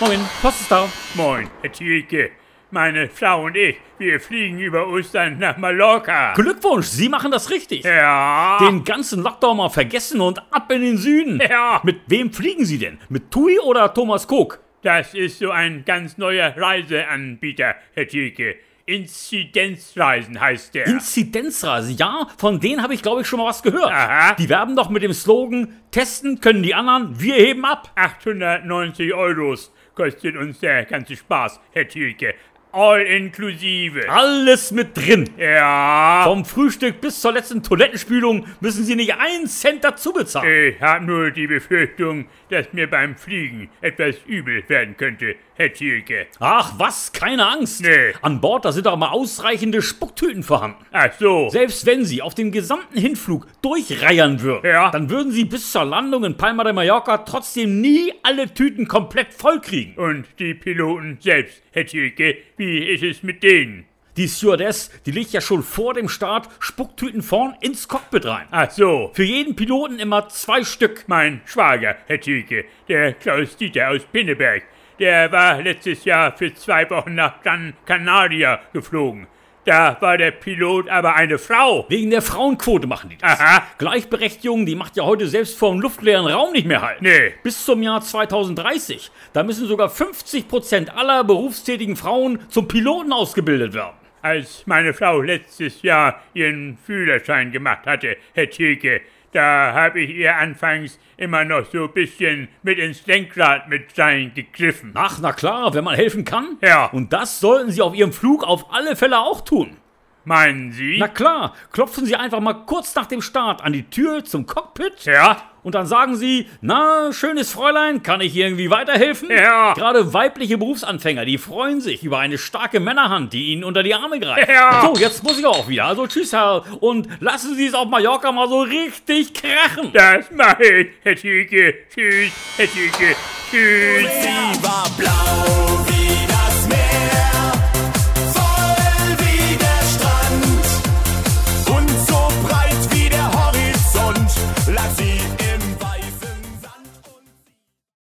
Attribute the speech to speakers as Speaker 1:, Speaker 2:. Speaker 1: Moin, Post ist da.
Speaker 2: Moin, Herr Thielke. Meine Frau und ich, wir fliegen über Ostern nach Mallorca.
Speaker 1: Glückwunsch, Sie machen das richtig.
Speaker 2: Ja.
Speaker 1: Den ganzen Lockdown mal vergessen und ab in den Süden.
Speaker 2: Ja.
Speaker 1: Mit wem fliegen Sie denn? Mit Tui oder Thomas Cook?
Speaker 2: Das ist so ein ganz neuer Reiseanbieter, Herr Thielke. Inzidenzreisen heißt der.
Speaker 1: Inzidenzreisen, ja, von denen habe ich glaube ich schon mal was gehört.
Speaker 2: Aha.
Speaker 1: Die werben doch mit dem Slogan, testen können die anderen, wir heben ab.
Speaker 2: 890 Euros kostet uns der ganze Spaß, Herr Thielke. All inklusive.
Speaker 1: Ah. Alles mit drin.
Speaker 2: Ja.
Speaker 1: Vom Frühstück bis zur letzten Toilettenspülung müssen Sie nicht einen Cent dazu bezahlen.
Speaker 2: Ich habe nur die Befürchtung, dass mir beim Fliegen etwas übel werden könnte, Herr Thielke.
Speaker 1: Ach was, keine Angst.
Speaker 2: Nee.
Speaker 1: An Bord, da sind auch mal ausreichende Spucktüten vorhanden.
Speaker 2: Ach so.
Speaker 1: Selbst wenn Sie auf dem gesamten Hinflug durchreiern würden,
Speaker 2: Ja.
Speaker 1: dann würden Sie bis zur Landung in Palma de Mallorca trotzdem nie alle Tüten komplett voll kriegen.
Speaker 2: Und die Piloten selbst, Herr Thielke, wie ist es mit denen?
Speaker 1: Die Stewardess, die legt ja schon vor dem Start Spucktüten vorn ins Cockpit rein.
Speaker 2: Ach so,
Speaker 1: Für jeden Piloten immer zwei Stück.
Speaker 2: mein Schwager, Herr Thielke, der Klaus-Dieter aus Pinneberg, der war letztes Jahr für zwei Wochen nach Gran Canaria geflogen. Da war der Pilot aber eine Frau.
Speaker 1: Wegen der Frauenquote machen die das.
Speaker 2: Aha,
Speaker 1: Gleichberechtigung, die macht ja heute selbst vor dem luftleeren Raum nicht mehr halt.
Speaker 2: Nee.
Speaker 1: Bis zum Jahr 2030, da müssen sogar 50% aller berufstätigen Frauen zum Piloten ausgebildet werden.
Speaker 2: als meine Frau letztes Jahr ihren Führerschein gemacht hatte, Herr Thielke, da habe ich ihr anfangs immer noch so ein bisschen mit ins Lenkrad mit rein gegriffen.
Speaker 1: Ach, na klar, wenn man helfen kann.
Speaker 2: Ja.
Speaker 1: Und das sollten Sie auf Ihrem Flug auf alle Fälle auch tun.
Speaker 2: Meinen Sie?
Speaker 1: Na klar, klopfen Sie einfach mal kurz nach dem Start an die Tür zum Cockpit.
Speaker 2: ja.
Speaker 1: Und dann sagen Sie, na, schönes Fräulein, kann ich irgendwie weiterhelfen?
Speaker 2: Ja.
Speaker 1: Gerade weibliche Berufsanfänger, die freuen sich über eine starke Männerhand, die ihnen unter die Arme greift.
Speaker 2: Ja.
Speaker 1: So, jetzt muss ich auch wieder. Also tschüss, Herr. Und lassen Sie es auf Mallorca mal so richtig krachen.
Speaker 2: Das mache ich, Herr Tüke. Tschüss, Herr Tüke. Tschüss.
Speaker 3: Sie war blau